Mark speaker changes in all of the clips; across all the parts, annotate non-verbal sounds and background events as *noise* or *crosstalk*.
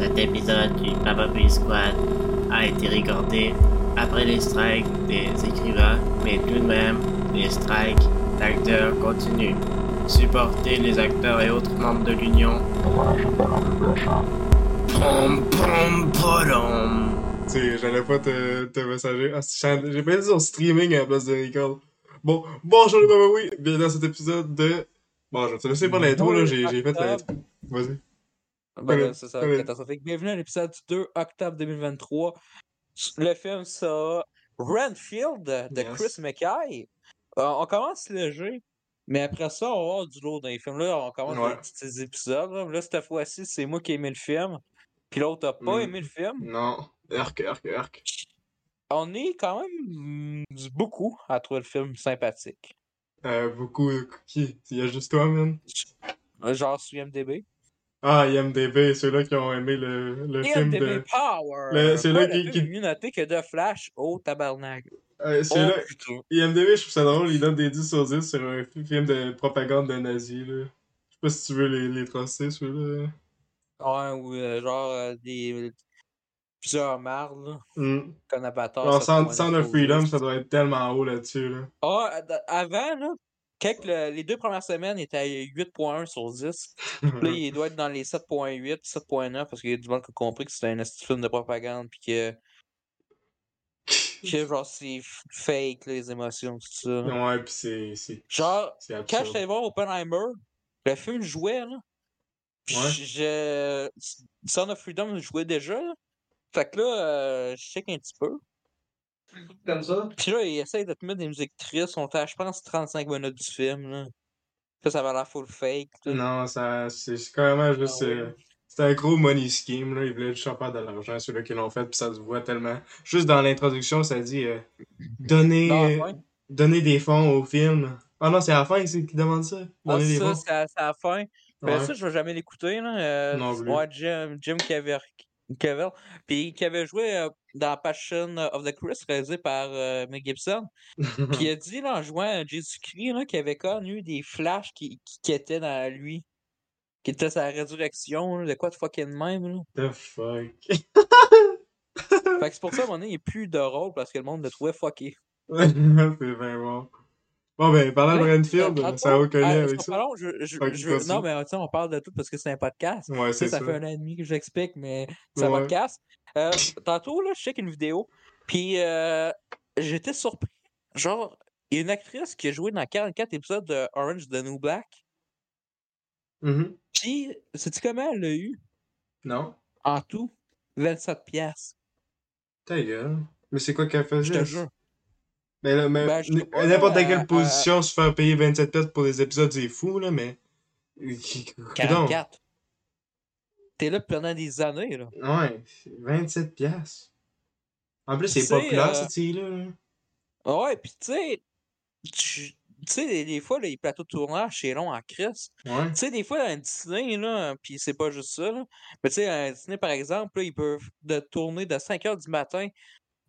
Speaker 1: Cet épisode du Papa Puy Squad a été recordé après les strikes des écrivains, mais tout de même, les strikes d'acteurs continuent. Supportez les acteurs et autres membres de l'Union. Pom, pom, podom.
Speaker 2: Tu sais, j'allais pas te, te messager. Ah, si, J'ai pas dit sur streaming à la place de record. Bon, bonjour les mamans, oui, bienvenue dans cet épisode de... Bon, je vais te laisser pas l'intro, là, j'ai j'ai fait l'intro. Vas-y.
Speaker 3: Ben là, ça, ça va
Speaker 2: Allez.
Speaker 3: être catastrophique. Bienvenue à l'épisode du 2 octobre 2023. Le film, ça. Renfield de
Speaker 2: Yes.
Speaker 3: Chris McKay. Euh, on commence léger, mais après ça, on va avoir du lourd dans les films. Là, on commence
Speaker 2: Ouais.
Speaker 3: les petits épisodes. Là, Là, cette fois-ci, c'est moi qui ai aimé le film. Puis l'autre a pas
Speaker 2: Mm.
Speaker 3: aimé le film.
Speaker 2: Non. Herc, herc, herc.
Speaker 3: On est quand même mm, du beaucoup à trouver le film sympathique.
Speaker 2: Euh, beaucoup de cookies. Il y a juste toi, man.
Speaker 3: Euh, Genre sur IMDB.
Speaker 2: Ah, IMDB, ceux-là qui ont aimé le, le film
Speaker 3: IMDB
Speaker 2: de...
Speaker 3: Power!
Speaker 2: Le- c'est là
Speaker 3: Pas
Speaker 2: qui-
Speaker 3: film
Speaker 2: qui-
Speaker 3: le mieux noté que de Flash au tabarnak.
Speaker 2: Euh,
Speaker 3: Oh,
Speaker 2: ceux-là...
Speaker 3: putain.
Speaker 2: IMDB, je trouve ça drôle, ils donnent des 10 sur 10 sur un fi- film de propagande de nazis, là. Je sais pas si tu veux les, les tracer, ceux-là.
Speaker 3: Ouais, ou euh, genre euh, des. Plusieurs mardes, là.
Speaker 2: Hmm.
Speaker 3: Conabator.
Speaker 2: Genre, Sound, Sound of Freedom, ça doit être tellement haut là-dessus, là.
Speaker 3: Ah, à- da- avant, là, quand le- les deux premières semaines, il était à 8.1 sur 10. Puis
Speaker 2: Mhm.
Speaker 3: là, il doit être dans les 7.8, 7.9, parce qu'il y a du monde qui a compris que c'était un esti de film de propagande, puis que. que genre, c'est f- fake, là, les émotions, tout ça.
Speaker 2: Ouais, pis c'est. C'est
Speaker 3: Genre,
Speaker 2: c'est
Speaker 3: quand
Speaker 2: absurde.
Speaker 3: j'étais voir Oppenheimer, le film jouait, là. Puis
Speaker 2: Ouais.
Speaker 3: je... Son of Freedom jouait déjà, là. Fait que là, euh, je check un petit peu.
Speaker 2: Comme ça?
Speaker 3: Puis là, il essaye de te mettre des musiques tristes. On est à, je pense, 35 minutes du film, là. Ça, ça va l'air full fake. là.
Speaker 2: Non, ça, c'est c'est carrément juste.
Speaker 3: Ah ouais.
Speaker 2: euh, C'est un gros money scheme, là. Ils voulaient juste en faire de l'argent, ceux-là qui l'ont fait, pis ça se voit tellement. Juste dans l'introduction, ça dit
Speaker 3: *laughs*
Speaker 2: euh, donner,
Speaker 3: Dans la
Speaker 2: euh,
Speaker 3: fin.
Speaker 2: donner des fonds au film. Ah non, c'est à la fin c'est- qu'ils demandent ça.
Speaker 3: Ah,
Speaker 2: Donner des fonds.
Speaker 3: ça, c'est à, c'est à la fin. Mais
Speaker 2: Ouais.
Speaker 3: Ben, ça, je vais jamais l'écouter, là. Euh,
Speaker 2: Non plus.
Speaker 3: ouais, Jim, Jim Caver- Cavell. Puis qui avait joué euh, dans Passion of the Christ, réalisé par euh, Mel
Speaker 2: *laughs*
Speaker 3: Gibson. Puis il a dit, là, en jouant à Jésus-Christ, là, qu'il avait connu des flashs qui, qui, qui étaient dans lui. Qui étaient sa résurrection, là, de quoi de fucking même,
Speaker 2: *laughs*
Speaker 3: là.
Speaker 2: The fuck. *laughs*
Speaker 3: Fait que c'est pour ça, à un moment donné, il n'y a plus de rôle parce que le monde le trouvait fucké.
Speaker 2: c'est bien bon. Bon, ben, parlant de
Speaker 3: Ouais,
Speaker 2: Renfield,
Speaker 3: attends,
Speaker 2: ça a reconnu
Speaker 3: ah,
Speaker 2: avec
Speaker 3: c'est
Speaker 2: ça.
Speaker 3: pas long, je- je-
Speaker 2: Fait que
Speaker 3: je veux-
Speaker 2: vas-y.
Speaker 3: Non, mais tu sais, on parle de tout parce que c'est un podcast.
Speaker 2: Ouais,
Speaker 3: Tu sais,
Speaker 2: c'est
Speaker 3: ça
Speaker 2: ça.
Speaker 3: fait un an et demi que j'explique, mais c'est un
Speaker 2: Ouais.
Speaker 3: podcast.
Speaker 2: *laughs*
Speaker 3: Euh, tantôt, là, je check une vidéo, puis euh, j'étais surpris. Genre, il y a une actrice qui a joué dans 44 épisodes de Orange is the New Black,
Speaker 2: Mhm.
Speaker 3: puis, sais-tu comment elle l'a eu
Speaker 2: Non?
Speaker 3: en tout 27 piastres,
Speaker 2: Ta gueule. Mais c'est quoi qu'elle faisait?
Speaker 3: je te jure.
Speaker 2: Mais là, mais
Speaker 3: Ben, je sais pas,
Speaker 2: n'importe
Speaker 3: là,
Speaker 2: quelle
Speaker 3: euh,
Speaker 2: position, se faire payer 27 pièces pour des épisodes, c'est fou, là, mais. Coudonc.
Speaker 3: 44. T'es là pendant des années, là.
Speaker 2: Ouais, 27 pièces. En plus, c'est
Speaker 3: Tu sais,
Speaker 2: populaire,
Speaker 3: euh,
Speaker 2: cette île là
Speaker 3: Ouais, puis tu sais, tu tu sais, des- des fois, là, les plateaux de tournage, c'est long en crise.
Speaker 2: Ouais.
Speaker 3: Tu sais, des fois, un Disney, là, puis c'est pas juste ça, là, mais tu sais, un Disney, par exemple, là, ils peuvent de tourner de 5 h du matin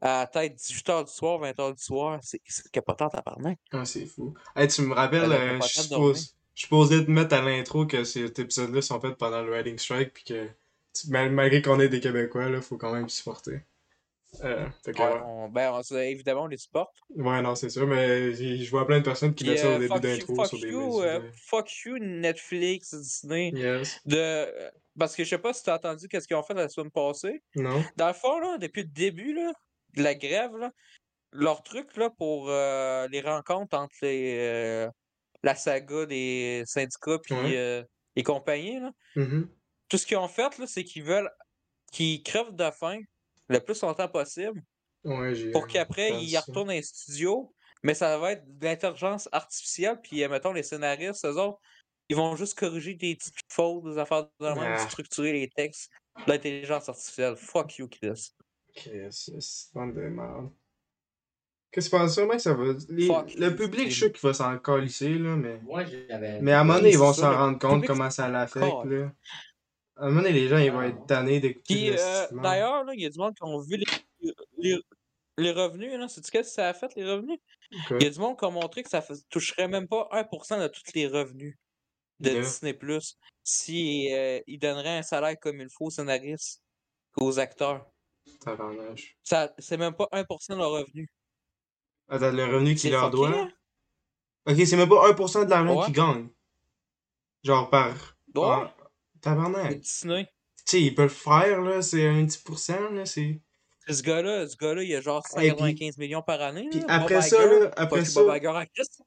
Speaker 3: à peut-être 18 h du soir, 20 h du soir. C'est c'est capotant, tabarnak.
Speaker 2: Ouais, Ah, c'est fou. Hey, tu me rappelles,
Speaker 3: Ça doit
Speaker 2: euh,
Speaker 3: pas
Speaker 2: je
Speaker 3: faire
Speaker 2: suppose. Je suis posé te mettre à l'intro que ces épisodes-là sont faits pendant le Riding Strike, puis que. tu- mal- Malgré qu'on est des Québécois, là, faut quand même supporter. Euh, fait que,
Speaker 3: Ouais,
Speaker 2: ouais.
Speaker 3: on- ben, on- c'est- évidemment, on les supporte.
Speaker 2: Ouais, non, c'est sûr, mais j'ai- je vois plein de personnes qui
Speaker 3: Puis,
Speaker 2: mettent ça
Speaker 3: euh,
Speaker 2: au début
Speaker 3: fuck you-
Speaker 2: d'intro
Speaker 3: fuck
Speaker 2: sur des
Speaker 3: you, euh, fuck you, Netflix, Disney.
Speaker 2: musiques, euh. Yes.
Speaker 3: De... euh, Parce que je sais pas si t'as entendu qu'est-ce qu'ils ont fait la semaine passée.
Speaker 2: Non?
Speaker 3: Dans le fond, là, depuis le début là, de la grève, là, leur truc là, pour euh, les rencontres entre les, euh, la saga des syndicats puis
Speaker 2: Ouais.
Speaker 3: euh, les compagnies, là,
Speaker 2: Mhm.
Speaker 3: tout ce qu'ils ont fait, là, c'est qu'ils veulent qu'ils crèvent de faim le plus longtemps possible
Speaker 2: Ouais, j'ai.
Speaker 3: pour qu'après ils
Speaker 2: ça.
Speaker 3: retournent dans les studios, mais ça va être de l'intelligence artificielle, puis euh, mettons les scénaristes, eux autres, ils vont juste corriger des petites fautes, des affaires de même,
Speaker 2: Ah.
Speaker 3: structurer les textes de l'intelligence artificielle. Fuck you, Chris.
Speaker 2: Qu'est-ce que c'est bande de merde. Qu'est-ce que tu penses sûrement que ça va. les-
Speaker 3: Fuck.
Speaker 2: Le public, je sais qu'il va s'en calisser, là, mais.
Speaker 4: Moi, j'avais.
Speaker 2: Mais à un moment
Speaker 3: Oui,
Speaker 2: donné, ils vont
Speaker 3: c'est
Speaker 2: s'en
Speaker 3: ça,
Speaker 2: rendre compte
Speaker 3: public,
Speaker 2: comment ça l'affecte,
Speaker 3: Fuck.
Speaker 2: là. À un moment donné, les gens, ils vont
Speaker 4: Ah.
Speaker 2: être tannés d'écouter.
Speaker 3: Puis
Speaker 2: le
Speaker 3: euh,
Speaker 2: style.
Speaker 3: d'ailleurs, là, il y a du monde qui ont vu les, les, les revenus. Là. Sais-tu qu'est-ce que ça a fait, les revenus?
Speaker 2: Quoi?
Speaker 3: Il y a du monde qui ont montré que ça fais- toucherait même pas 1% de tous les revenus de
Speaker 2: Yeah.
Speaker 3: Disney Plus si euh, ils donneraient un salaire comme il faut aux scénaristes. qu'aux acteurs.
Speaker 2: Tabarnage.
Speaker 3: Ça, c'est même pas 1% de leur revenu.
Speaker 2: Attends, le revenu
Speaker 3: C'est
Speaker 2: qu'il leur
Speaker 3: fucké,
Speaker 2: doit.
Speaker 3: là.
Speaker 2: Ok, c'est même pas 1% de l'argent
Speaker 3: Ouais.
Speaker 2: qu'ils gagnent. Genre par.
Speaker 3: hein? Ouais,
Speaker 2: par-
Speaker 3: le
Speaker 2: Tabarnak. Tu
Speaker 3: petit nain.
Speaker 2: sais, ils peuvent le faire, là, c'est un petit pourcent, là, c'est.
Speaker 3: Ce gars-là, ce gars-là, il a genre
Speaker 2: Hey, puis-
Speaker 3: 195 millions par année.
Speaker 2: Puis
Speaker 3: là.
Speaker 2: après
Speaker 3: Bob
Speaker 2: ça,
Speaker 3: Iger,
Speaker 2: là, après
Speaker 3: Oh fuck
Speaker 2: ça,
Speaker 3: Bob Iger hein. en Christ.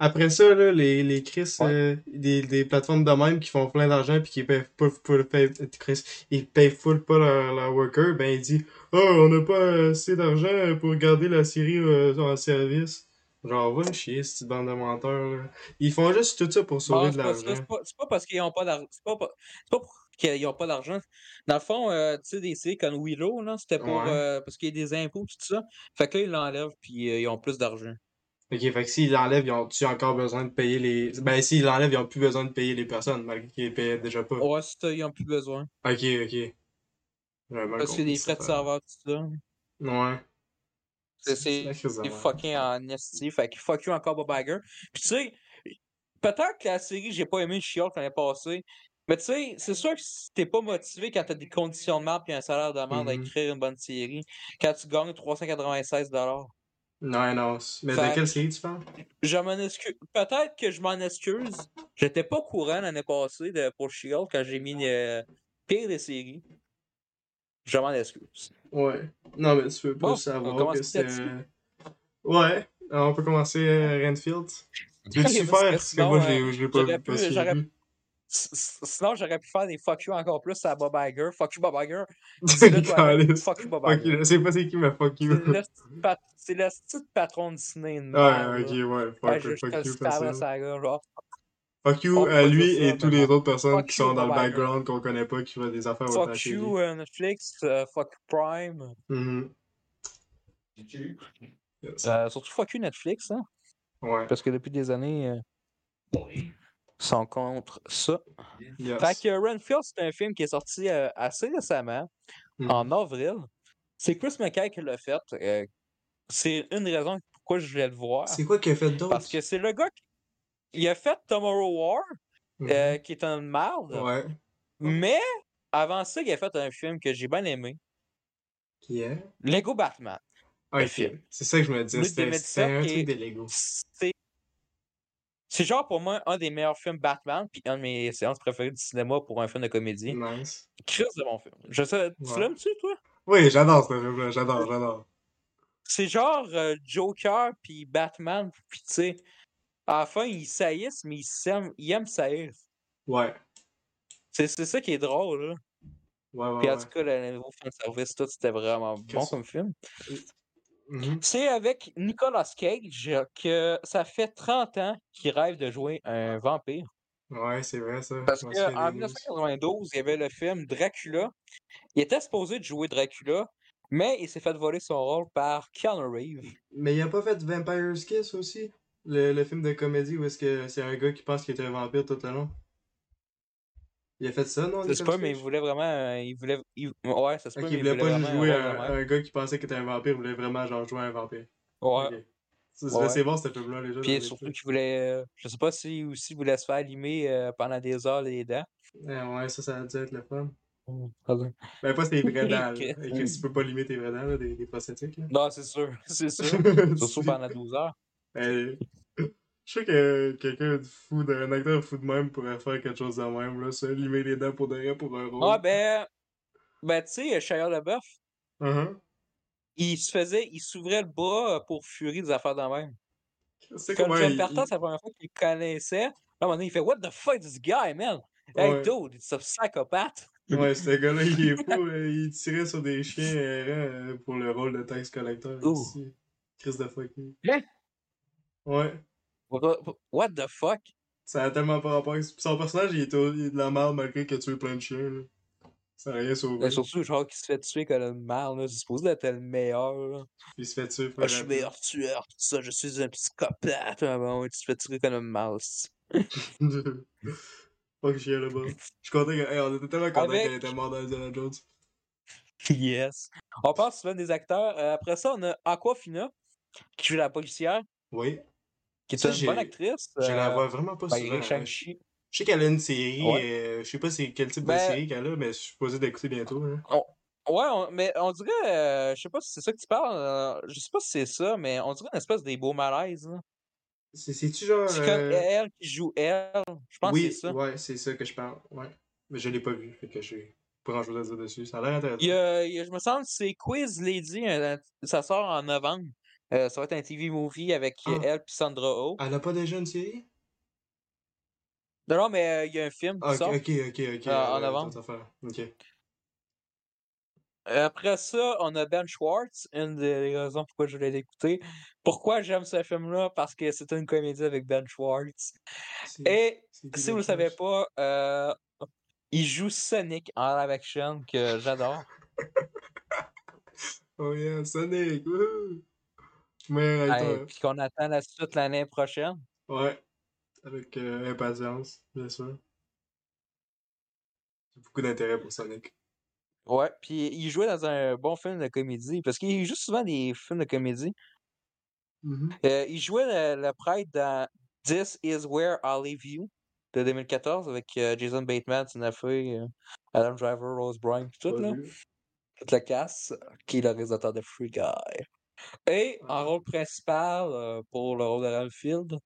Speaker 2: après ça, là, les, les Chris,
Speaker 3: Ouais.
Speaker 2: euh, des, des plateformes de même qui font plein d'argent puis qui payent pas full, pay- Chris, ils payent full pas leur, leur worker, ben ils disent « Oh, on n'a pas assez d'argent pour garder la série euh, en service. » Genre, va chier, cette bande de menteurs, là. Ils font juste tout ça pour sauver
Speaker 3: Non,
Speaker 2: de
Speaker 3: c'est pas ça,
Speaker 2: l'argent.
Speaker 3: C'est pas, c'est pas parce qu'ils n'ont pas d'argent. C'est pas, pa- c'est pas pour qu'ils n'ont pas d'argent. Dans le fond, euh, tu sais, des séries comme Willow, là, c'était pour
Speaker 2: Ouais.
Speaker 3: euh, parce qu'il y a des impôts tout ça. Fait que là, ils l'enlèvent puis euh, ils ont plus d'argent.
Speaker 2: Ok, fait que s'ils l'enlèvent, ils ont-tu encore besoin de payer les... Ben, s'ils l'enlèvent, ils ont plus besoin de payer les personnes, malgré qu'ils les payaient déjà pas.
Speaker 3: Ouais, c'est ça, ils n'ont plus besoin.
Speaker 2: Ok, ok. J'avais mal
Speaker 3: Parce qu'il y
Speaker 2: compris
Speaker 3: a des frais de
Speaker 2: cette
Speaker 3: serveur, tout ça.
Speaker 2: affaire. Ouais.
Speaker 3: C'est- C'est
Speaker 2: La crise de
Speaker 3: c'est
Speaker 2: merde.
Speaker 3: fucking en esti. Fait que fuck you encore, Bob Iger. Puis tu sais, peut-être que la série, j'ai pas aimé Chiot l'année passée. Mais tu sais, c'est sûr que si t'es pas motivé quand t'as des conditions de merde puis un salaire de merde à
Speaker 2: Mhm.
Speaker 3: écrire une bonne série, quand tu gagnes 396
Speaker 2: Non, non. c'est- Mais
Speaker 3: Fait
Speaker 2: de
Speaker 3: que-
Speaker 2: quelle série tu parles?
Speaker 3: Je m'en excuse. Peut-être que je m'en excuse. J'étais pas au courant l'année passée de, pour She-Hulk quand j'ai mis euh, pire des séries. Je m'en excuse.
Speaker 2: Ouais. Non, mais tu peux pas
Speaker 3: Bon, on
Speaker 2: savoir
Speaker 3: commence
Speaker 2: que c'est...
Speaker 3: là-dessus.
Speaker 2: euh, Ouais. Alors, on peut commencer euh, Renfield.
Speaker 3: *laughs* Parce
Speaker 2: Veux-tu
Speaker 3: que
Speaker 2: faire? Parce que
Speaker 3: sinon,
Speaker 2: moi,
Speaker 3: euh,
Speaker 2: je l'ai- je l'ai pas
Speaker 3: j'aurais
Speaker 2: vu.
Speaker 3: pu-
Speaker 2: parce que
Speaker 3: j'aurais
Speaker 2: j'ai vu.
Speaker 3: S- s- Sinon, j'aurais pu faire des fuck you encore plus à Bob Iger. Fuck you, Bob
Speaker 2: *laughs*
Speaker 3: Iger. *laughs* Dis-le toi-même.
Speaker 2: Caliste.
Speaker 3: Fuck you, Bob
Speaker 2: Ok,
Speaker 3: Iger.
Speaker 2: je sais pas c'est qui, mais fuck you.
Speaker 3: C'est
Speaker 2: *laughs*
Speaker 3: le petit pat- C'est le petit patron de Disney. de
Speaker 2: Ah, Ouais,
Speaker 3: merde,
Speaker 2: ok,
Speaker 3: là.
Speaker 2: ouais.
Speaker 3: Ouais,
Speaker 2: Fuck
Speaker 3: je-
Speaker 2: you,
Speaker 3: je te le
Speaker 2: fuck you,
Speaker 3: stabbe à
Speaker 2: personne.
Speaker 3: sa gueule, genre.
Speaker 2: Fuck
Speaker 3: On
Speaker 2: you
Speaker 3: peut
Speaker 2: à
Speaker 3: dire
Speaker 2: lui
Speaker 3: ça,
Speaker 2: et tous
Speaker 3: mais
Speaker 2: les
Speaker 3: bon.
Speaker 2: autres personnes
Speaker 3: Fuck
Speaker 2: qui
Speaker 3: you,
Speaker 2: sont dans le
Speaker 3: Bob Iger.
Speaker 2: background qu'on connaît pas, qui font des affaires autant
Speaker 3: Fuck
Speaker 2: chez lui.
Speaker 3: you, euh, Netflix. euh, Fuck Prime.
Speaker 2: Mhm. Yes.
Speaker 3: Euh, Surtout fuck you, Netflix. Hein,
Speaker 2: Ouais.
Speaker 3: parce que depuis des années, euh, ils sont contre ça.
Speaker 2: Yes.
Speaker 3: Fait que euh, Renfield, c'est un film qui est sorti euh, assez récemment,
Speaker 2: Mhm.
Speaker 3: en avril. C'est Chris McKay qui l'a fait. euh, c'est une raison pourquoi je voulais le voir.
Speaker 2: C'est quoi qu'il a fait d'autre?
Speaker 3: Parce que c'est le gars qui il a fait Tomorrow War,
Speaker 2: Mhm.
Speaker 3: euh, qui est un marde.
Speaker 2: Ouais.
Speaker 3: Mais avant ça, il a fait un film que j'ai bien aimé,
Speaker 2: Qui est?
Speaker 3: Lego Batman.
Speaker 2: Ah,
Speaker 3: Le
Speaker 2: ok.
Speaker 3: film.
Speaker 2: C'est ça que je me disais.
Speaker 3: Luc
Speaker 2: C'était
Speaker 3: Demetza
Speaker 2: c'était un
Speaker 3: qui est-
Speaker 2: truc de Lego.
Speaker 3: C'est c'est genre pour moi un des meilleurs films Batman, puis un de mes séances préférées du cinéma pour un film de comédie.
Speaker 2: Nice.
Speaker 3: Chris de bon film. Je sais,
Speaker 2: Ouais.
Speaker 3: tu l'aimes-tu, toi?
Speaker 2: Oui, j'adore ce film-là. J'adore, j'adore.
Speaker 3: C'est genre euh, Joker puis Batman, puis tu sais, à la fin, ils saillissent, mais ils s'aiment- ils aiment saillir.
Speaker 2: Ouais.
Speaker 3: C'est c'est ça qui est drôle, là.
Speaker 2: Ouais, ouais,
Speaker 3: Puis
Speaker 2: ouais.
Speaker 3: en tout cas, le niveau fan service, tout, c'était vraiment bon
Speaker 2: Qu'est-ce-
Speaker 3: comme film.
Speaker 2: Mhm.
Speaker 3: C'est avec Nicolas Cage que ça fait 30 ans qu'il rêve de jouer
Speaker 2: Ah.
Speaker 3: un vampire. Euh,
Speaker 2: Ouais, c'est vrai, ça.
Speaker 3: Parce
Speaker 2: Je me souviens
Speaker 3: qu'en
Speaker 2: des news.
Speaker 3: 1992, il y avait le film Dracula. Il était supposé de jouer Dracula, mais il s'est fait voler son rôle par Keanu Reeves.
Speaker 2: Mais il a pas fait Vampire's Kiss aussi? Le, le film de comédie où est-ce que c'est un gars qui pense qu'il est un vampire tout le long? Il a fait ça, non?
Speaker 3: Ça se
Speaker 2: Nicolas
Speaker 3: peut, mais il
Speaker 2: Cage?
Speaker 3: voulait vraiment. euh, Il voulait... il- Ouais, ça se peut,
Speaker 2: Ok,
Speaker 3: mais
Speaker 2: il voulait
Speaker 3: vraiment
Speaker 2: pas
Speaker 3: un
Speaker 2: jouer euh,
Speaker 3: rôle
Speaker 2: un,
Speaker 3: de
Speaker 2: un gars qui pensait qu'il était un vampire, il voulait vraiment genre jouer un vampire.
Speaker 3: même. Ouais.
Speaker 2: Ok. C'est
Speaker 3: Ouais.
Speaker 2: c'est bon, ce film-là, les gens.
Speaker 3: Puis surtout qu'il voulait. euh, Je sais pas si aussi il voulait se faire limer euh, pendant des heures les dents.
Speaker 2: Eh, ouais, ça, ça a dû être le fun.
Speaker 3: Pardon.
Speaker 2: Ben, pas c'est
Speaker 3: *laughs*
Speaker 2: vrais dents, là.
Speaker 3: Ok.
Speaker 2: Et que tu peux pas limer tes vrais dents, là, des, des prosthétiques, là.
Speaker 3: Non, c'est sûr, *laughs* c'est
Speaker 2: *laughs*
Speaker 3: sûr. Surtout pendant 12 heures.
Speaker 2: Hey, Ben, Je sais que quelqu'un de fou, de- un acteur fou de même pourrait faire quelque chose de même, là, se limer les dents pour derrière pour un rôle.
Speaker 3: Ah ben, ben tu sais, Shia LaBeouf,
Speaker 2: Uh-huh.
Speaker 3: il se faisait, il s'ouvrait le bras euh, pour furer des affaires dans même.
Speaker 2: C'est
Speaker 3: Comme
Speaker 2: comment
Speaker 3: John
Speaker 2: il-
Speaker 3: Pertans, c'est la première fois qu'il le connaissait. Là, à un moment donné, il fait What the fuck this guy, man? Hey
Speaker 2: Ouais.
Speaker 3: dude, c'est un psychopathe.
Speaker 2: il- Ouais, ce gars-là, il est fou. euh, il tirait sur des chiens errants euh, pour le rôle de tax collector
Speaker 3: Ouh.
Speaker 2: ici. Chris de fucking.
Speaker 3: Oh. Hein?
Speaker 2: Ouais.
Speaker 3: What the fuck?
Speaker 2: Ça a tellement pas rapport. Puis Son personnage, il est, au- il est de la merde malgré qu'il a tué plein de chiens, là. Ça n'a rien sauvé.
Speaker 3: Mais surtout, genre, qui se fait tuer comme une merde, là. C'est supposé être le meilleur, là.
Speaker 2: Il se fait tuer.
Speaker 3: Ah, je suis
Speaker 2: par-
Speaker 3: meilleur tueur, tout ça, je suis un psychopathe. Ah, bon, tu te fais tirer comme une merde. c'est-
Speaker 2: *laughs* Fuck chien là-bas. Je suis content que- hey, on était tellement content
Speaker 3: Avec-
Speaker 2: qu'elle était morte dans Indiana Jones.
Speaker 3: *laughs* Yes. On passe souvent des acteurs. Euh, après ça, on a Aquafina, qui joue la policière,
Speaker 2: Oui.
Speaker 3: qui est
Speaker 2: Ça,
Speaker 3: une bonne
Speaker 2: j'ai-
Speaker 3: actrice.
Speaker 2: Je la
Speaker 3: euh,
Speaker 2: vois vraiment pas
Speaker 3: malgré
Speaker 2: souvent. hein. Je
Speaker 3: Shang-Chi.
Speaker 2: je sais qu'elle a une série,
Speaker 3: Ouais.
Speaker 2: euh, je sais pas c'est quel type de
Speaker 3: Ben-
Speaker 2: série qu'elle a, mais je suis posé d'écouter bientôt. hein.
Speaker 3: Ouais, on- mais on dirait, euh, je sais pas si c'est ça que tu parles, euh, je sais pas si c'est ça, mais on dirait une espèce des beaux malaises. là.
Speaker 2: C'est- C'est-tu genre.
Speaker 3: C'est comme
Speaker 2: euh,
Speaker 3: elle qui joue elle, je pense que
Speaker 2: oui,
Speaker 3: c'est ça.
Speaker 2: ouais, c'est ça que je parle. Ouais. Mais je l'ai pas vu, fait que je pas grand chose à dire dessus. Ça a l'air intéressant.
Speaker 3: Il y a- il y a- je me semble que c'est Quiz Lady, un- un- ça sort en novembre. Euh, ça va être un TV movie avec euh,
Speaker 2: Ah.
Speaker 3: elle puis Sandra Oh.
Speaker 2: Elle a pas déjà une série
Speaker 3: Non, non, mais euh, il y a un film qui
Speaker 2: Ah, ok,
Speaker 3: sort.
Speaker 2: ok, ok, ok.
Speaker 3: Euh, en
Speaker 2: ouais,
Speaker 3: novembre.
Speaker 2: tant à faire. Ok.
Speaker 3: Euh, Après ça, on a Ben Schwartz, une des raisons pourquoi je voulais l'écouter. Pourquoi j'aime ce film-là? Parce que c'est une comédie avec Ben Schwartz.
Speaker 2: C'est-
Speaker 3: Et
Speaker 2: c'est
Speaker 3: si vous
Speaker 2: Dylan
Speaker 3: le savez
Speaker 2: Cruz.
Speaker 3: pas, euh, il joue Sonic en live action que j'adore.
Speaker 2: Oh yeah, Sonic! wouhou! Meilleur
Speaker 3: Hey,
Speaker 2: acteur.
Speaker 3: puis qu'on attend la suite l'année prochaine.
Speaker 2: Ouais. Avec euh, impatience, bien sûr. J'ai beaucoup d'intérêt pour Sonic.
Speaker 3: Ouais, puis il jouait dans un bon film de comédie, parce qu'il joue souvent des films de comédie. Euh, il jouait le, le prêtre dans This Is Where I Leave You de 2014 avec euh, Jason Bateman, Tinafé, Adam Driver, Rose Byrne, puis tout,
Speaker 2: Pas
Speaker 3: là.
Speaker 2: vu.
Speaker 3: Toute la casse, qui est le réalisateur de Free Guy. Et en
Speaker 2: Ouais.
Speaker 3: rôle principal euh, pour le rôle de Renfield,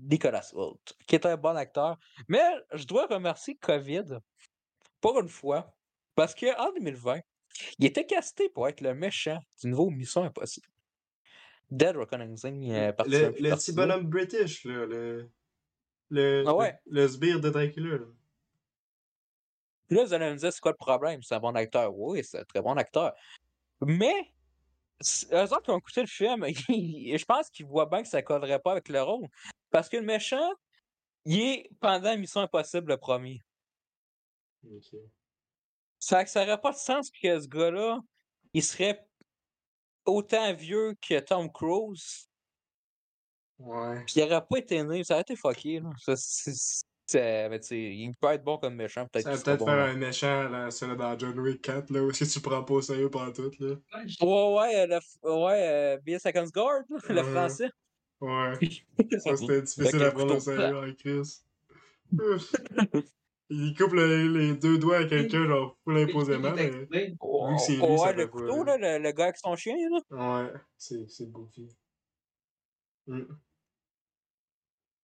Speaker 3: Nicolas Hoult, qui est un bon acteur. Mais je dois remercier COVID pour une fois, parce qu'en 2020, il était casté pour être le méchant du nouveau Mission Impossible. Dead Reckoning, euh, partie un
Speaker 2: le
Speaker 3: puis
Speaker 2: le
Speaker 3: partie
Speaker 2: petit
Speaker 3: deux.
Speaker 2: bonhomme british, là. Le, le,
Speaker 3: Ah ouais.
Speaker 2: le, sbire de Dracula, là.
Speaker 3: Puis Là, vous allez me dire, c'est quoi le problème? C'est un bon acteur. Oui, c'est un très bon acteur. Mais, c- eux autres qui ont écouté le film, *laughs* ils- je pense qu'ils voient bien que ça collerait pas avec le rôle. Parce que le méchant, il est pendant Mission Impossible le premier.
Speaker 2: Ok.
Speaker 3: Ça ça aurait pas de sens que ce gars-là, il serait autant vieux que Tom Cruise,
Speaker 2: Ouais.
Speaker 3: puis il aurait pas été né. Ça aurait été fucké, là. Ça, c'est- c'est- mais tu sais, il peut être bon comme méchant, peut-être
Speaker 2: Ça va
Speaker 3: qu'il sera
Speaker 2: peut-être
Speaker 3: bon
Speaker 2: faire
Speaker 3: dans-
Speaker 2: un méchant, là, celui dans John Wick 4, là, *laughs* où est-ce que tu prends pas au sérieux pendant tout, là.
Speaker 3: Ouais, ouais, le f- ouais, euh, Bill Seconds Guard, là, le
Speaker 2: Mhm.
Speaker 3: français.
Speaker 2: Ouais. Ça, c'était difficile à
Speaker 3: quel
Speaker 2: prendre au
Speaker 3: couteau.
Speaker 2: sérieux en Chris. Ouf.
Speaker 3: *laughs*
Speaker 2: Il coupe le- les deux doigts à quelqu'un, genre, full imposément, mais...
Speaker 3: Oh,
Speaker 2: que c'est lui,
Speaker 3: oh,
Speaker 2: ça
Speaker 3: ouais,
Speaker 2: fait
Speaker 3: le
Speaker 2: pas,
Speaker 3: couteau,
Speaker 2: là.
Speaker 3: là, le, le gars avec son chien, là.
Speaker 2: Ouais, c'est, c'est Goofy. Mm.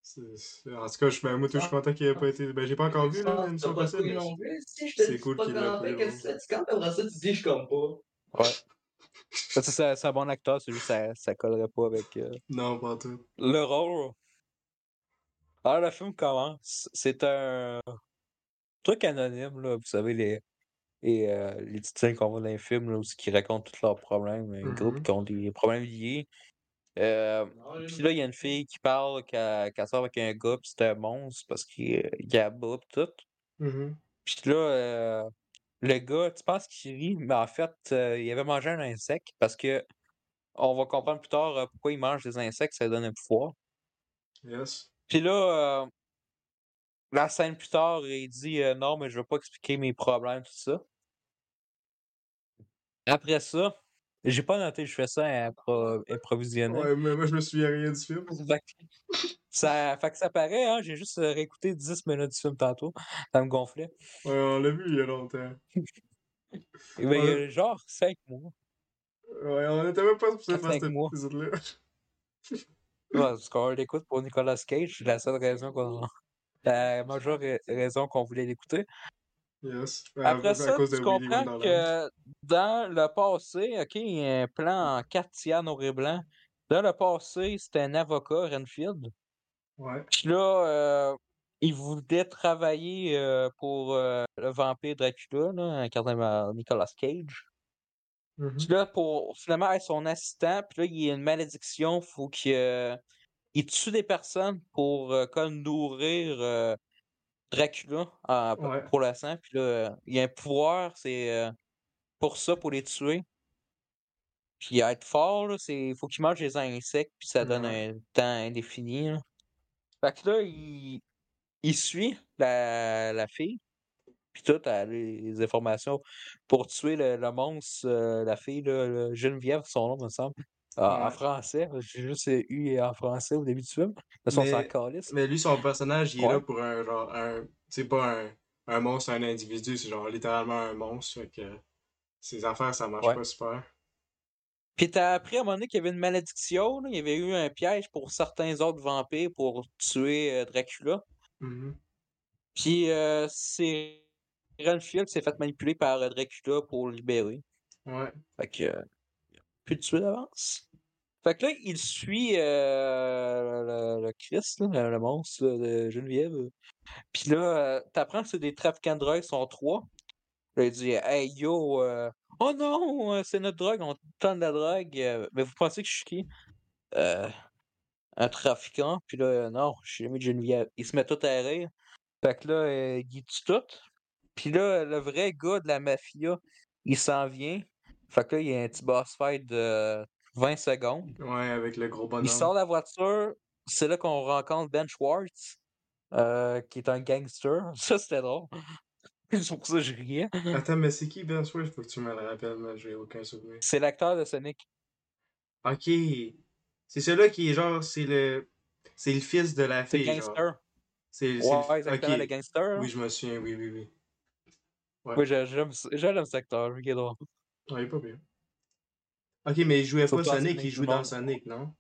Speaker 2: C'est- c'est- En tout cas, je, ben, moi, tout, je suis
Speaker 3: Ah,
Speaker 2: content qu'il ait pas été. Ben, j'ai pas encore vu, là, Mission Impossible. mais- C'est cool qu'il l'a pris, ouais.
Speaker 4: Quand t'aimerais ça, tu dis je comme pas.
Speaker 3: Ça, C'est c'est un, bon acteur, c'est juste que ça, ça collerait pas avec euh,
Speaker 2: Non, pas tout.
Speaker 3: le rôle. Alors, le film commence. C'est un truc anonyme, là. Vous savez, les, et, euh, les titans qu'on voit dans les films, là, où ils racontent tous leurs problèmes. Un groupe
Speaker 2: Mhm.
Speaker 3: qui ont des problèmes liés. Euh, Puis là, il y a une fille qui parle qu'elle qu'elle sort avec un gars, puis c'est un monstre parce qu'il euh, il abat pis tout.
Speaker 2: Mhm.
Speaker 3: Puis là, euh, le gars, tu penses qu'il rit, mais en fait, euh, il avait mangé un insecte parce que on va comprendre plus tard euh, pourquoi il mange des insectes, ça lui donne un pouvoir.
Speaker 2: Yes.
Speaker 3: Puis là, euh, la scène plus tard, il dit euh, non, mais je veux pas expliquer mes problèmes, tout ça. Après ça, j'ai pas noté, je fais ça impro- improvisionnel.
Speaker 2: Ouais, mais moi, je me souviens rien du film.
Speaker 3: Fait que- Ça, fait que ça paraît, hein, j'ai juste euh, réécouté 10 minutes du film tantôt. Ça me gonflait.
Speaker 2: Ouais, on l'a vu il y a longtemps.
Speaker 3: Et ben, il y a
Speaker 2: Ouais.
Speaker 3: genre 5 mois.
Speaker 2: Ouais, on était même pas supposé
Speaker 3: Quatre,
Speaker 2: faire
Speaker 3: cinq
Speaker 2: cet
Speaker 3: mois.
Speaker 2: épisode-là.
Speaker 3: Parce qu'on l'écoute pour Nicolas Cage, c'est la seule raison qu'on. *laughs* La majeure ra- raison qu'on voulait l'écouter.
Speaker 2: Yes. À-
Speaker 3: Après
Speaker 2: à
Speaker 3: ça,
Speaker 2: cause de
Speaker 3: tu
Speaker 2: Willy hein.
Speaker 3: comprends
Speaker 2: Wonderland.
Speaker 3: que dans le passé, OK, il y a un plan en 4 tiers noir et blanc. Dans le passé, c'était un avocat, Renfield.
Speaker 2: Ouais.
Speaker 3: Puis là, euh, il voulait travailler euh, pour euh, le vampire Dracula, là, incarné par Nicolas Cage.
Speaker 2: Mhm.
Speaker 3: Puis là, pour finalement être son assistant, puis là, il y a une malédiction, faut qu'il euh, il tue des personnes pour euh, comme nourrir euh, Dracula euh, en-
Speaker 2: Ouais.
Speaker 3: pour le sang. Puis là, euh, il y a un pouvoir, c'est euh, pour ça, pour les tuer. Puis être fort, là, c'est faut qu'il mange des insectes, puis ça donne
Speaker 2: Ouais.
Speaker 3: un temps indéfini. là. Fait que là, il, il suit la, la fille. Puis tout, elle a les les informations pour tuer le, le monstre, euh, la fille, là, le Geneviève, son nom, me semble. Ah, En- En
Speaker 2: Ouais.
Speaker 3: français, j'ai juste eu E en français au début du film. De toute façon, on s'en
Speaker 2: Mais-
Speaker 3: calisse.
Speaker 2: Mais lui, son personnage, il est
Speaker 3: Ouais.
Speaker 2: là pour un genre. Un... C'est pas un... un monstre, un individu, c'est genre littéralement un monstre. Fait que Ses affaires, ça marche
Speaker 3: Ouais.
Speaker 2: pas super.
Speaker 3: Puis t'as appris à un moment donné qu'il y avait une malédiction, là, il y avait eu un piège pour certains autres vampires pour tuer euh, Dracula.
Speaker 2: Mhm.
Speaker 3: Puis euh, c'est Renfield qui s'est fait manipuler par euh, Dracula pour le libérer.
Speaker 2: Ouais.
Speaker 3: Fait que. euh, Plus de tuer d'avance. Fait que là, il suit euh, le, le Christ, là, le, le monstre là, de Geneviève. Puis là, euh, t'apprends que c'est des trafiquants de drogue, ils sont trois. Là, il dit Hey yo, euh, oh non, euh, c'est notre drogue, on tente de la drogue. euh, mais vous pensez que je suis qui Euh, Un trafiquant. Puis là, euh, non, je suis l'ami de Geneviève. Il se met tout à rire. Fait que là, euh, il tue tout. Puis là, le vrai gars de la mafia, il s'en vient. Fait que là, il y a un petit boss fight de 20 secondes.
Speaker 2: Ouais, avec le gros bonhomme.
Speaker 3: Il sort de la voiture. C'est là qu'on rencontre Ben Schwartz, euh, qui est un gangster. *laughs* Ça, c'était drôle. C'est pour ça que je riais.
Speaker 2: Attends, mais c'est qui Ben Swift? Faut que tu me le rappelles, mais j'ai aucun souvenir.
Speaker 3: C'est l'acteur de Sonic.
Speaker 2: Ok. C'est celui-là qui est genre, c'est le. C'est le fils de la
Speaker 3: C'est le
Speaker 2: fille. genre.
Speaker 3: gangster.
Speaker 2: C'est
Speaker 3: Ouais,
Speaker 2: c'est le-
Speaker 3: exactement,
Speaker 2: ok.
Speaker 3: le gangster.
Speaker 2: Oui, je me souviens, oui, oui, oui.
Speaker 3: Oui, je- j'aime ce- j'aime cet acteur. lui, il est drôle.
Speaker 2: Ouais, il est pas bien. Ok, mais il jouait
Speaker 3: Faut
Speaker 2: pas
Speaker 3: pas
Speaker 2: Sonic,
Speaker 3: Sonic,
Speaker 2: il joue
Speaker 3: bon.
Speaker 2: dans Sonic, non?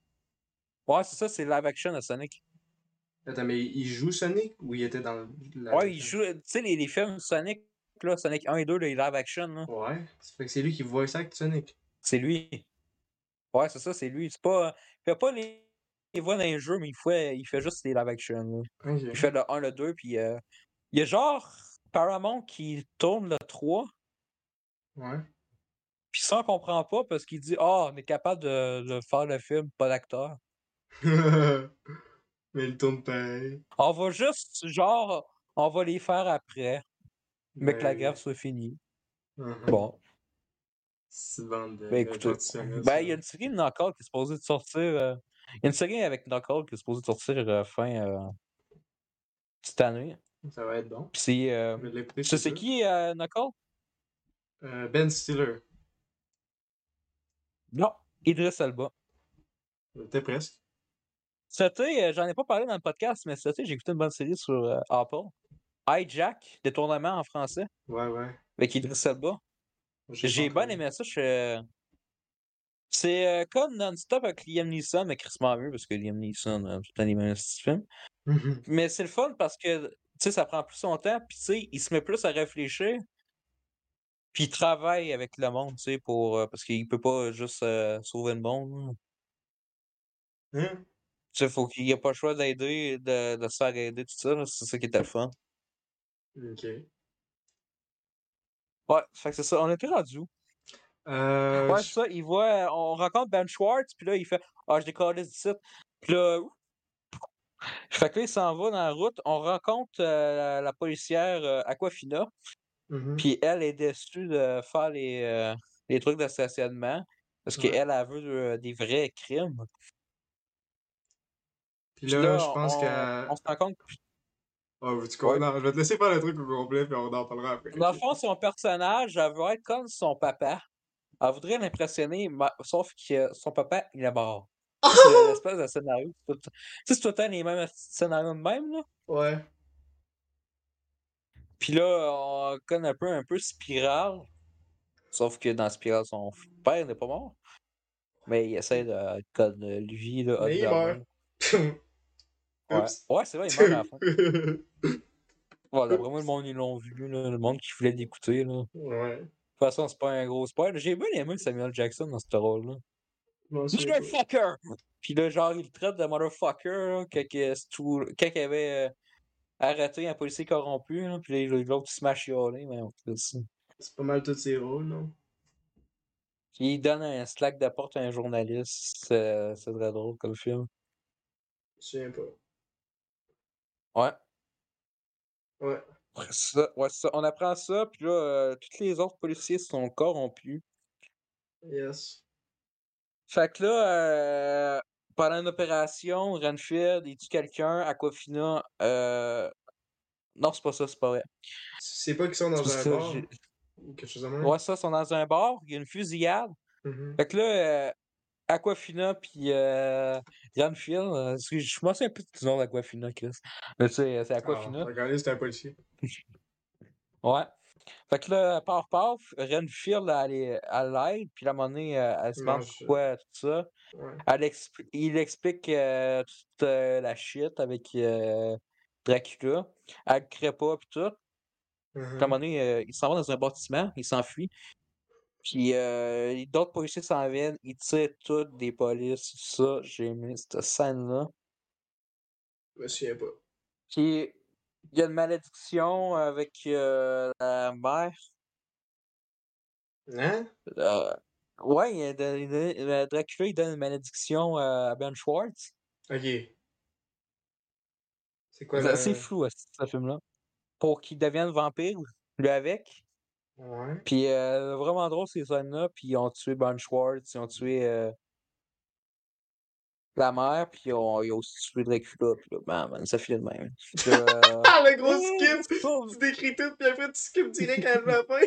Speaker 3: Ouais, c'est ça, c'est live action de Sonic.
Speaker 2: Attends, mais il joue Sonic ou il était dans la.
Speaker 3: Ouais, il joue. Tu sais, les, les films Sonic, là, Sonic 1 et 2, là, les live action, là,
Speaker 2: Ouais. Ça fait que c'est lui qui voit ça avec Sonic.
Speaker 3: c'est lui. Ouais, c'est ça, c'est lui. C'est pas. Il fait pas les, les voix dans les jeux, mais il fait, il fait juste les live action. là.
Speaker 2: Ok.
Speaker 3: Il fait le 1, le 2, puis euh, il y a genre Paramount qui tourne le 3,
Speaker 2: Ouais. *laughs*
Speaker 3: puis ça, on comprend pas parce qu'il dit Ah, on est capable de, de faire le film, pas l'acteur.
Speaker 2: mais il tourne pareil.
Speaker 3: On va juste, genre, on va les faire après, mais que la
Speaker 2: Ben,
Speaker 3: guerre soit finie.
Speaker 2: uh-huh.
Speaker 3: Bon.
Speaker 2: C'est bande de.
Speaker 3: Ben, écoutez, Ben, il y a une série de Knockout qui est supposée de sortir. euh, Il y a une série avec Knockout qui est supposée de sortir euh, fin euh, cette année.
Speaker 2: Ça va être bon.
Speaker 3: Puis c'est. euh,
Speaker 2: Je vais l'écouter,
Speaker 3: tu sais
Speaker 2: c'est
Speaker 3: c'est
Speaker 2: sûr.
Speaker 3: qui, euh, Knockout
Speaker 2: Euh, ben Stiller.
Speaker 3: Non, Idris Elba.
Speaker 2: T'es presque.
Speaker 3: Cet été, euh, j'en ai pas parlé dans le podcast, mais cet été, j'ai écouté une bonne série sur euh, Apple. Hijack, détournement en français,
Speaker 2: Ouais, ouais.
Speaker 3: avec Idris Elba.
Speaker 2: pas
Speaker 3: J'ai bien
Speaker 2: encore vu.
Speaker 3: aimé ça. je- euh, C'est euh, comme non-stop avec Liam Neeson, mais Chris mieux, parce que Liam Neeson, euh, tout le temps les mêmes petits films. Mais c'est le fun parce que, tu sais, ça prend plus son temps, puis tu sais, il se met plus à réfléchir, puis il travaille avec le monde, tu sais, pour... euh, parce qu'il peut pas juste euh, sauver le monde. là.
Speaker 2: *laughs* Hein?
Speaker 3: Tu sais, faut qu'il n'y ait pas le choix d'aider, de, de se faire aider, tout ça, là, c'est ça qui était le fun.
Speaker 2: Ok.
Speaker 3: Ouais, fait que c'est ça, on était rendu où?
Speaker 2: Euh,
Speaker 3: Ouais,
Speaker 2: je-
Speaker 3: c'est ça, il voit, on rencontre Ben Schwartz, puis là, il fait « Ah, je décolle du site. » Puis là... ouh. Fait que là, il s'en va dans la route, on rencontre euh, la, la policière euh, Aquafina,
Speaker 2: Mhm.
Speaker 3: Puis elle est déçue de faire les, euh, les trucs de stationnement parce
Speaker 2: Ouais.
Speaker 3: qu'elle, elle veut euh, des vrais crimes.
Speaker 2: Puis
Speaker 3: Puis
Speaker 2: là,
Speaker 3: là,
Speaker 2: je pense
Speaker 3: on,
Speaker 2: que.
Speaker 3: on se rend compte que,
Speaker 2: Ah, veux-tu quoi?
Speaker 3: Ouais.
Speaker 2: Non, je vais te laisser faire le truc au complet, puis on en parlera après.
Speaker 3: dans le fond, son personnage, elle veut être comme son papa. Elle voudrait l'impressionner, ma- sauf que euh, son papa, il est mort. C'est l'espèce de scénario. c'est tout- Tu sais, c'est tout le temps les mêmes scénarios de même, là.
Speaker 2: Ouais. *laughs*
Speaker 3: Puis là, on connaît un peu, un peu Spiral. Sauf que dans Spiral, son père n'est pas mort. Mais il essaie de, comme lui, là,
Speaker 2: Mais il
Speaker 3: Hotdog.
Speaker 2: meurt. *laughs*
Speaker 3: Ouais,
Speaker 2: Oups.
Speaker 3: ouais c'est vrai, il meurt à la
Speaker 2: *laughs*
Speaker 3: fin. Voilà, vraiment, le monde, ils l'ont vu, là, le monde qui voulait l'écouter. là. De
Speaker 2: ouais.
Speaker 3: toute façon, c'est pas un gros spoil. J'ai bien aimé Samuel Jackson dans ce rôle-là.
Speaker 2: Non, c'est-
Speaker 3: Motherfucker! Puis là, genre, il le traite de motherfucker là, quand, que Stu- quand il avait euh, arrêté un policier corrompu. Là, puis là, l'autre, il se mâche chialer, mais on fait ça.
Speaker 2: C'est pas mal tous ses rôles, non?
Speaker 3: Puis il donne un slack de porte à un journaliste. C'est c'est très drôle comme film.
Speaker 2: Je sais pas.
Speaker 3: Ouais.
Speaker 2: Ouais.
Speaker 3: Ouais, c'est ça, ouais, c'est ça. On apprend ça, puis là, euh, tous les autres policiers sont corrompus.
Speaker 2: Yes.
Speaker 3: Fait que là, euh, pendant une opération, Renfield, il tue quelqu'un, Aquafina, euh... Non, c'est pas ça, c'est pas vrai.
Speaker 2: C'est pas qu'ils sont dans
Speaker 3: C'est
Speaker 2: un
Speaker 3: ça,
Speaker 2: bar
Speaker 3: j'ai-
Speaker 2: ou quelque chose de même?
Speaker 3: Ouais, ça, ils sont dans un bar, il y a une fusillade.
Speaker 2: Mhm.
Speaker 3: Fait que là, euh, Aquafina puis euh, Renfield, euh, parce que je me souviens plus du nom d'Aquafina, Chris. Mais tu sais, c'est
Speaker 2: Ah,
Speaker 3: Aquafina.
Speaker 2: regardez, c'est un policier.
Speaker 3: Ouais. Fait que là, paf paf, Renfield elle est- elle l'aide, puis à un moment donné, elle elle se demande
Speaker 2: Ouais, je-
Speaker 3: pourquoi tout ça.
Speaker 2: Ouais.
Speaker 3: Elle expli- il explique euh, toute euh, la shit avec euh, Dracula. Elle le crée pas, puis tout. Puis à un
Speaker 2: Mhm.
Speaker 3: moment donné, euh, il s'en va dans un bâtiment, il s'enfuit. Puis euh, les- d'autres policiers s'en viennent, ils tirent toutes des polices, tout ça. J'ai aimé cette scène-là.
Speaker 2: Je me souviens pas.
Speaker 3: Puis il y a une malédiction avec euh, la mère.
Speaker 2: Hein?
Speaker 3: Euh, ouais, il y a de- il donne- euh, Dracula, il donne une malédiction euh, à Ben Schwartz.
Speaker 2: Ok. C'est quoi
Speaker 3: C'est
Speaker 2: la...
Speaker 3: assez flou, euh, ce film-là. Pour qu'il devienne vampire, lui avec.
Speaker 2: Ouais.
Speaker 3: Puis euh, vraiment drôle ces scènes-là. Puis ils ont tué Ben Schwartz, ils ont tué euh, la mère, puis ils ont, ils ont aussi tué Dracula. Puis là, man, man, ça finit de même. Puis là, euh,
Speaker 2: Ah, le *laughs* gros
Speaker 3: yeah,
Speaker 2: skip!
Speaker 3: *laughs* c'est ça.
Speaker 2: Tu décris tout, puis après tu skips direct à la
Speaker 3: *laughs*
Speaker 2: fin.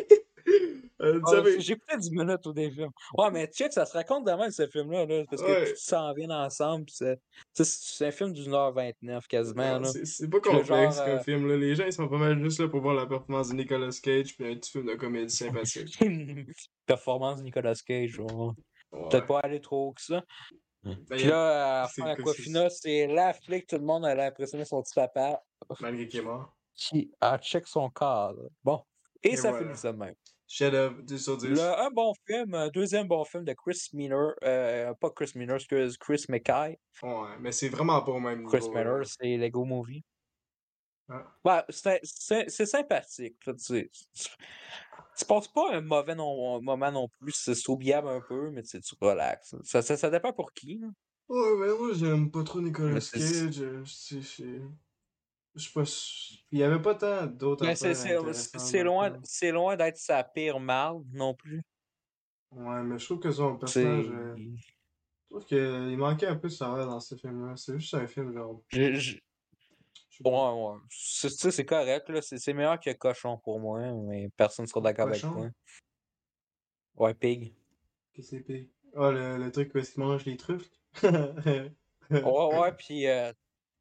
Speaker 2: Euh,
Speaker 3: Ah,
Speaker 2: tu savais-
Speaker 3: J'ai peut-être 10 minutes au début. Ouais, mais check, ça se raconte de même ce film-là, là, parce que
Speaker 2: Ouais.
Speaker 3: tout s'en vient ensemble. pis c'est tu sais, c'est un film d'une heure 29 quasiment.
Speaker 2: Non,
Speaker 3: là.
Speaker 2: c'est- C'est pas
Speaker 3: Puis le
Speaker 2: complexe
Speaker 3: genre,
Speaker 2: comme
Speaker 3: euh,
Speaker 2: film. Là. Les gens ils sont pas mal juste là pour voir la performance de Nicolas Cage puis un petit film de comédie sympathique.
Speaker 3: Performance de Nicolas Cage. on va
Speaker 2: Ouais.
Speaker 3: Peut-être pas aller trop haut que ça.
Speaker 2: Ben,
Speaker 3: Puis
Speaker 2: il-
Speaker 3: là, à la
Speaker 2: c'est
Speaker 3: fin, la
Speaker 2: que c'est-
Speaker 3: Aquafina, c'est la flic, tout le monde allait impressionner son petit papa
Speaker 2: Malgré qu'il est mort.
Speaker 3: qui a check son corps. là. Bon. Et,
Speaker 2: Et
Speaker 3: ça
Speaker 2: voilà.
Speaker 3: finit ça de même.
Speaker 2: Chef d'œuvre, 10 sur 10.
Speaker 3: Le- un bon film, un deuxième bon film de Chris Miller, euh, pas Chris Miller, excuse, Chris McKay.
Speaker 2: Ouais, mais c'est vraiment pas au même niveau.
Speaker 3: Chris
Speaker 2: là.
Speaker 3: Miller, c'est Lego Movie.
Speaker 2: Ah.
Speaker 3: Ouais, c'est c'est- c'est sympathique. là, tu, sais. Tu- tu passes pas un mauvais non- moment non plus. C'est c'est oubliable un peu, mais tu sais, tu relaxes. Ça, ça, ça dépend pour qui. là.
Speaker 2: Ouais, mais moi j'aime pas trop Nicolas
Speaker 3: Mais c'est-
Speaker 2: Cage. euh, c'est- c'est- Je sais pas. si- Il y avait pas tant d'autres
Speaker 3: Mais c'est-
Speaker 2: affaires
Speaker 3: C'est c'est-
Speaker 2: intéressantes
Speaker 3: c'est
Speaker 2: dans le
Speaker 3: loin,
Speaker 2: film.
Speaker 3: c'est loin d'être sa pire marde non plus.
Speaker 2: Ouais, mais je trouve que son
Speaker 3: C'est-
Speaker 2: personnage. euh, Je trouve qu'il manquait un peu de saveur dans ce film-là. C'est juste un film genre.
Speaker 3: je- je-
Speaker 2: je sais
Speaker 3: Ouais,
Speaker 2: pas.
Speaker 3: ouais. C'est- tu sais, C'est correct. là, C'est c'est meilleur que Cochon pour moi, mais personne ne sera d'accord avec
Speaker 2: Cochon?
Speaker 3: moi. Ouais, Pig.
Speaker 2: Qu'est-ce que c'est pire? Ah, le, le truc où est-ce qu'il mange les truffes? *laughs*
Speaker 3: Ouais, ouais, puis euh,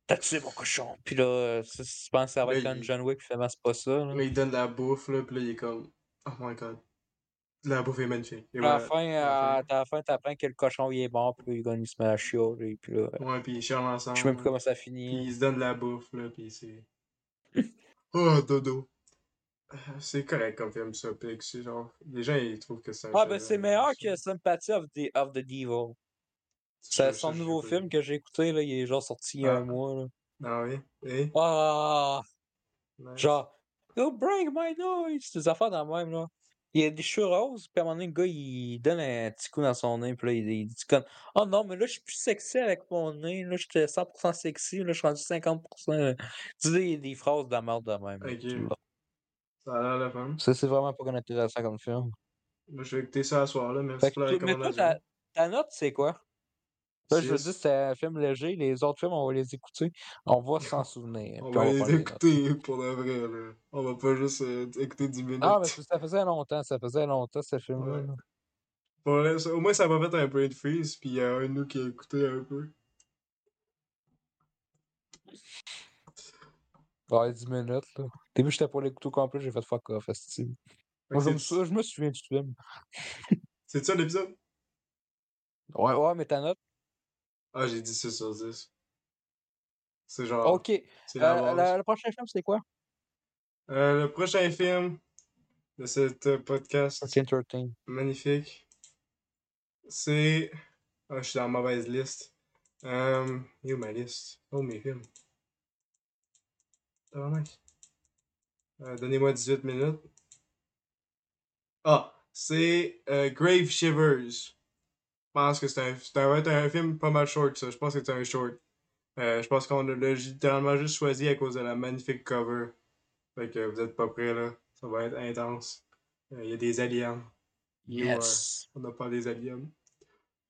Speaker 3: t'as tué mon cochon. Puis là, euh, tu sais, tu penses que ça va
Speaker 2: Là,
Speaker 3: être comme
Speaker 2: il-
Speaker 3: John Wick, puis finalement, c'est pas ça. Là.
Speaker 2: Mais il donne de la bouffe, là, pis là, il est comme. Oh my god. La bouffe est magnifique. Et
Speaker 3: Puis à la
Speaker 2: voilà.
Speaker 3: fin,
Speaker 2: la
Speaker 3: euh, à la fin, t'apprends que le cochon, il est mort, puis là, il gagne, il se met à chioler, puis là, euh,
Speaker 2: Ouais, pis ils chialent ensemble.
Speaker 3: je sais même
Speaker 2: là,
Speaker 3: plus comment ça
Speaker 2: Pis
Speaker 3: finit.
Speaker 2: ils se donnent de la bouffe, là, pis c'est. *laughs* Oh, dodo. Euh, C'est correct comme film, ça. Pis que c'est genre. Les gens, ils trouvent que c'est un
Speaker 3: Ah, ben, c'est
Speaker 2: chef-d'œuvre,
Speaker 3: meilleur
Speaker 2: ça.
Speaker 3: que Sympathy of the, of the Devil.
Speaker 2: Ça, ça,
Speaker 3: C'est son
Speaker 2: je
Speaker 3: nouveau
Speaker 2: sais
Speaker 3: film que j'ai écouté, là, il est genre sorti il y a
Speaker 2: Ah.
Speaker 3: un mois. Là.
Speaker 2: pas. Ah oui. Eh?
Speaker 3: Ah,
Speaker 2: Ouais.
Speaker 3: genre, You break my noise! Des affaires dans le même, là. Il y a des cheveux roses, puis à un moment donné, le gars, il donne un petit coup dans son nez, puis là, il, il dit comme Oh non, mais là, je suis plus sexy avec mon nez, là, j'étais 100% sexy, là, je suis rendu 50%. Tu dis des, des phrases de la merde de même. là,
Speaker 2: Ok.
Speaker 3: tu vois.
Speaker 2: Ça a l'air la fun.
Speaker 3: Ça, c'est vraiment pas intéressant comme film.
Speaker 2: Moi, je vais écouter ça à soir, là. Merci
Speaker 3: Fait
Speaker 2: pour la
Speaker 3: que, mais toi,
Speaker 2: recommandation.
Speaker 3: ta, ta note, c'est quoi Là, je veux
Speaker 2: Six.
Speaker 3: dire, c'est un film léger, les autres films, on va les écouter, on va
Speaker 2: *laughs*
Speaker 3: s'en souvenir.
Speaker 2: On
Speaker 3: puis
Speaker 2: va
Speaker 3: va
Speaker 2: les
Speaker 3: prendre des notes.
Speaker 2: écouter pour de vrai, là. On va pas juste euh, écouter 10 minutes.
Speaker 3: Ah, mais ça faisait longtemps, ça faisait longtemps, ce film-là.
Speaker 2: Ouais.
Speaker 3: là.
Speaker 2: Pour vrai, ça- au moins, ça m'a fait un brain freeze, puis il y a un de nous qui a écouté un peu.
Speaker 3: Ouais, 10 minutes, là. Au début, j'étais pour l'écouter au complet, j'ai fait fuck off, esti. Moi, je me,
Speaker 2: C'est
Speaker 3: sou- je me souviens du film.
Speaker 2: c'est ça l'épisode?
Speaker 3: Ouais, ouais, mais ta note.
Speaker 2: Ah, j'ai dit 6 sur 10. C'est genre.
Speaker 3: Ok. euh,
Speaker 2: Ah, C'est la
Speaker 3: la-
Speaker 2: base.
Speaker 3: le prochain film, c'est quoi?
Speaker 2: Euh, le prochain film de ce podcast
Speaker 3: C'est Entertain.
Speaker 2: magnifique, c'est. Ah, je suis dans la mauvaise liste. Euh. Yo, ma liste. Oh, mes films. Tabarnak. Euh, Donnez-moi 18 minutes. Ah, c'est euh, Grave Shivers. Je pense que c'est un, c'est un- ouais, un film pas mal short, ça. Je pense que c'est un short. Euh, je pense qu'on l'a littéralement juste choisi à cause de la magnifique cover. Fait que vous êtes pas prêts, là. Ça va être intense. Euh, Il y a des aliens. Yo, euh,
Speaker 3: Yes.
Speaker 2: on n'a pas des aliens.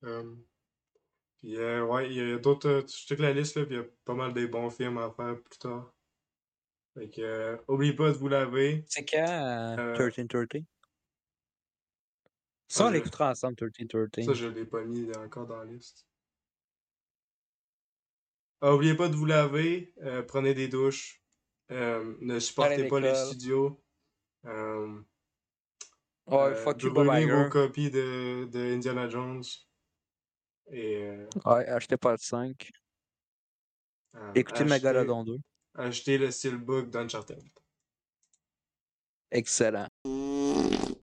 Speaker 2: Euh, puis, euh, ouais, il y a, il y a d'autres. euh, Je check la liste, là, puis il y a pas mal des bons films à faire plus tard. Fait que, euh, oublie pas de vous laver.
Speaker 3: C'est quand
Speaker 2: Euh,
Speaker 3: 1330? Ça, on
Speaker 2: je-
Speaker 3: l'écoutera ensemble, 1330.
Speaker 2: Ça, je l'ai pas mis dans- encore dans la liste. Ah, oubliez pas de vous laver, euh, prenez des douches, euh, ne supportez pas les
Speaker 3: l'école.
Speaker 2: studios, Euh,
Speaker 3: Ouais,
Speaker 2: euh,
Speaker 3: fuck you, Bob
Speaker 2: brûler vos
Speaker 3: Iger.
Speaker 2: copies de, de Indiana Jones. Et. euh,
Speaker 3: Ouais, achetez pas le 5.
Speaker 2: euh,
Speaker 3: Écoutez
Speaker 2: acheter-
Speaker 3: Megalodon 2.
Speaker 2: Acheter le steelbook d'Uncharted.
Speaker 3: Excellent.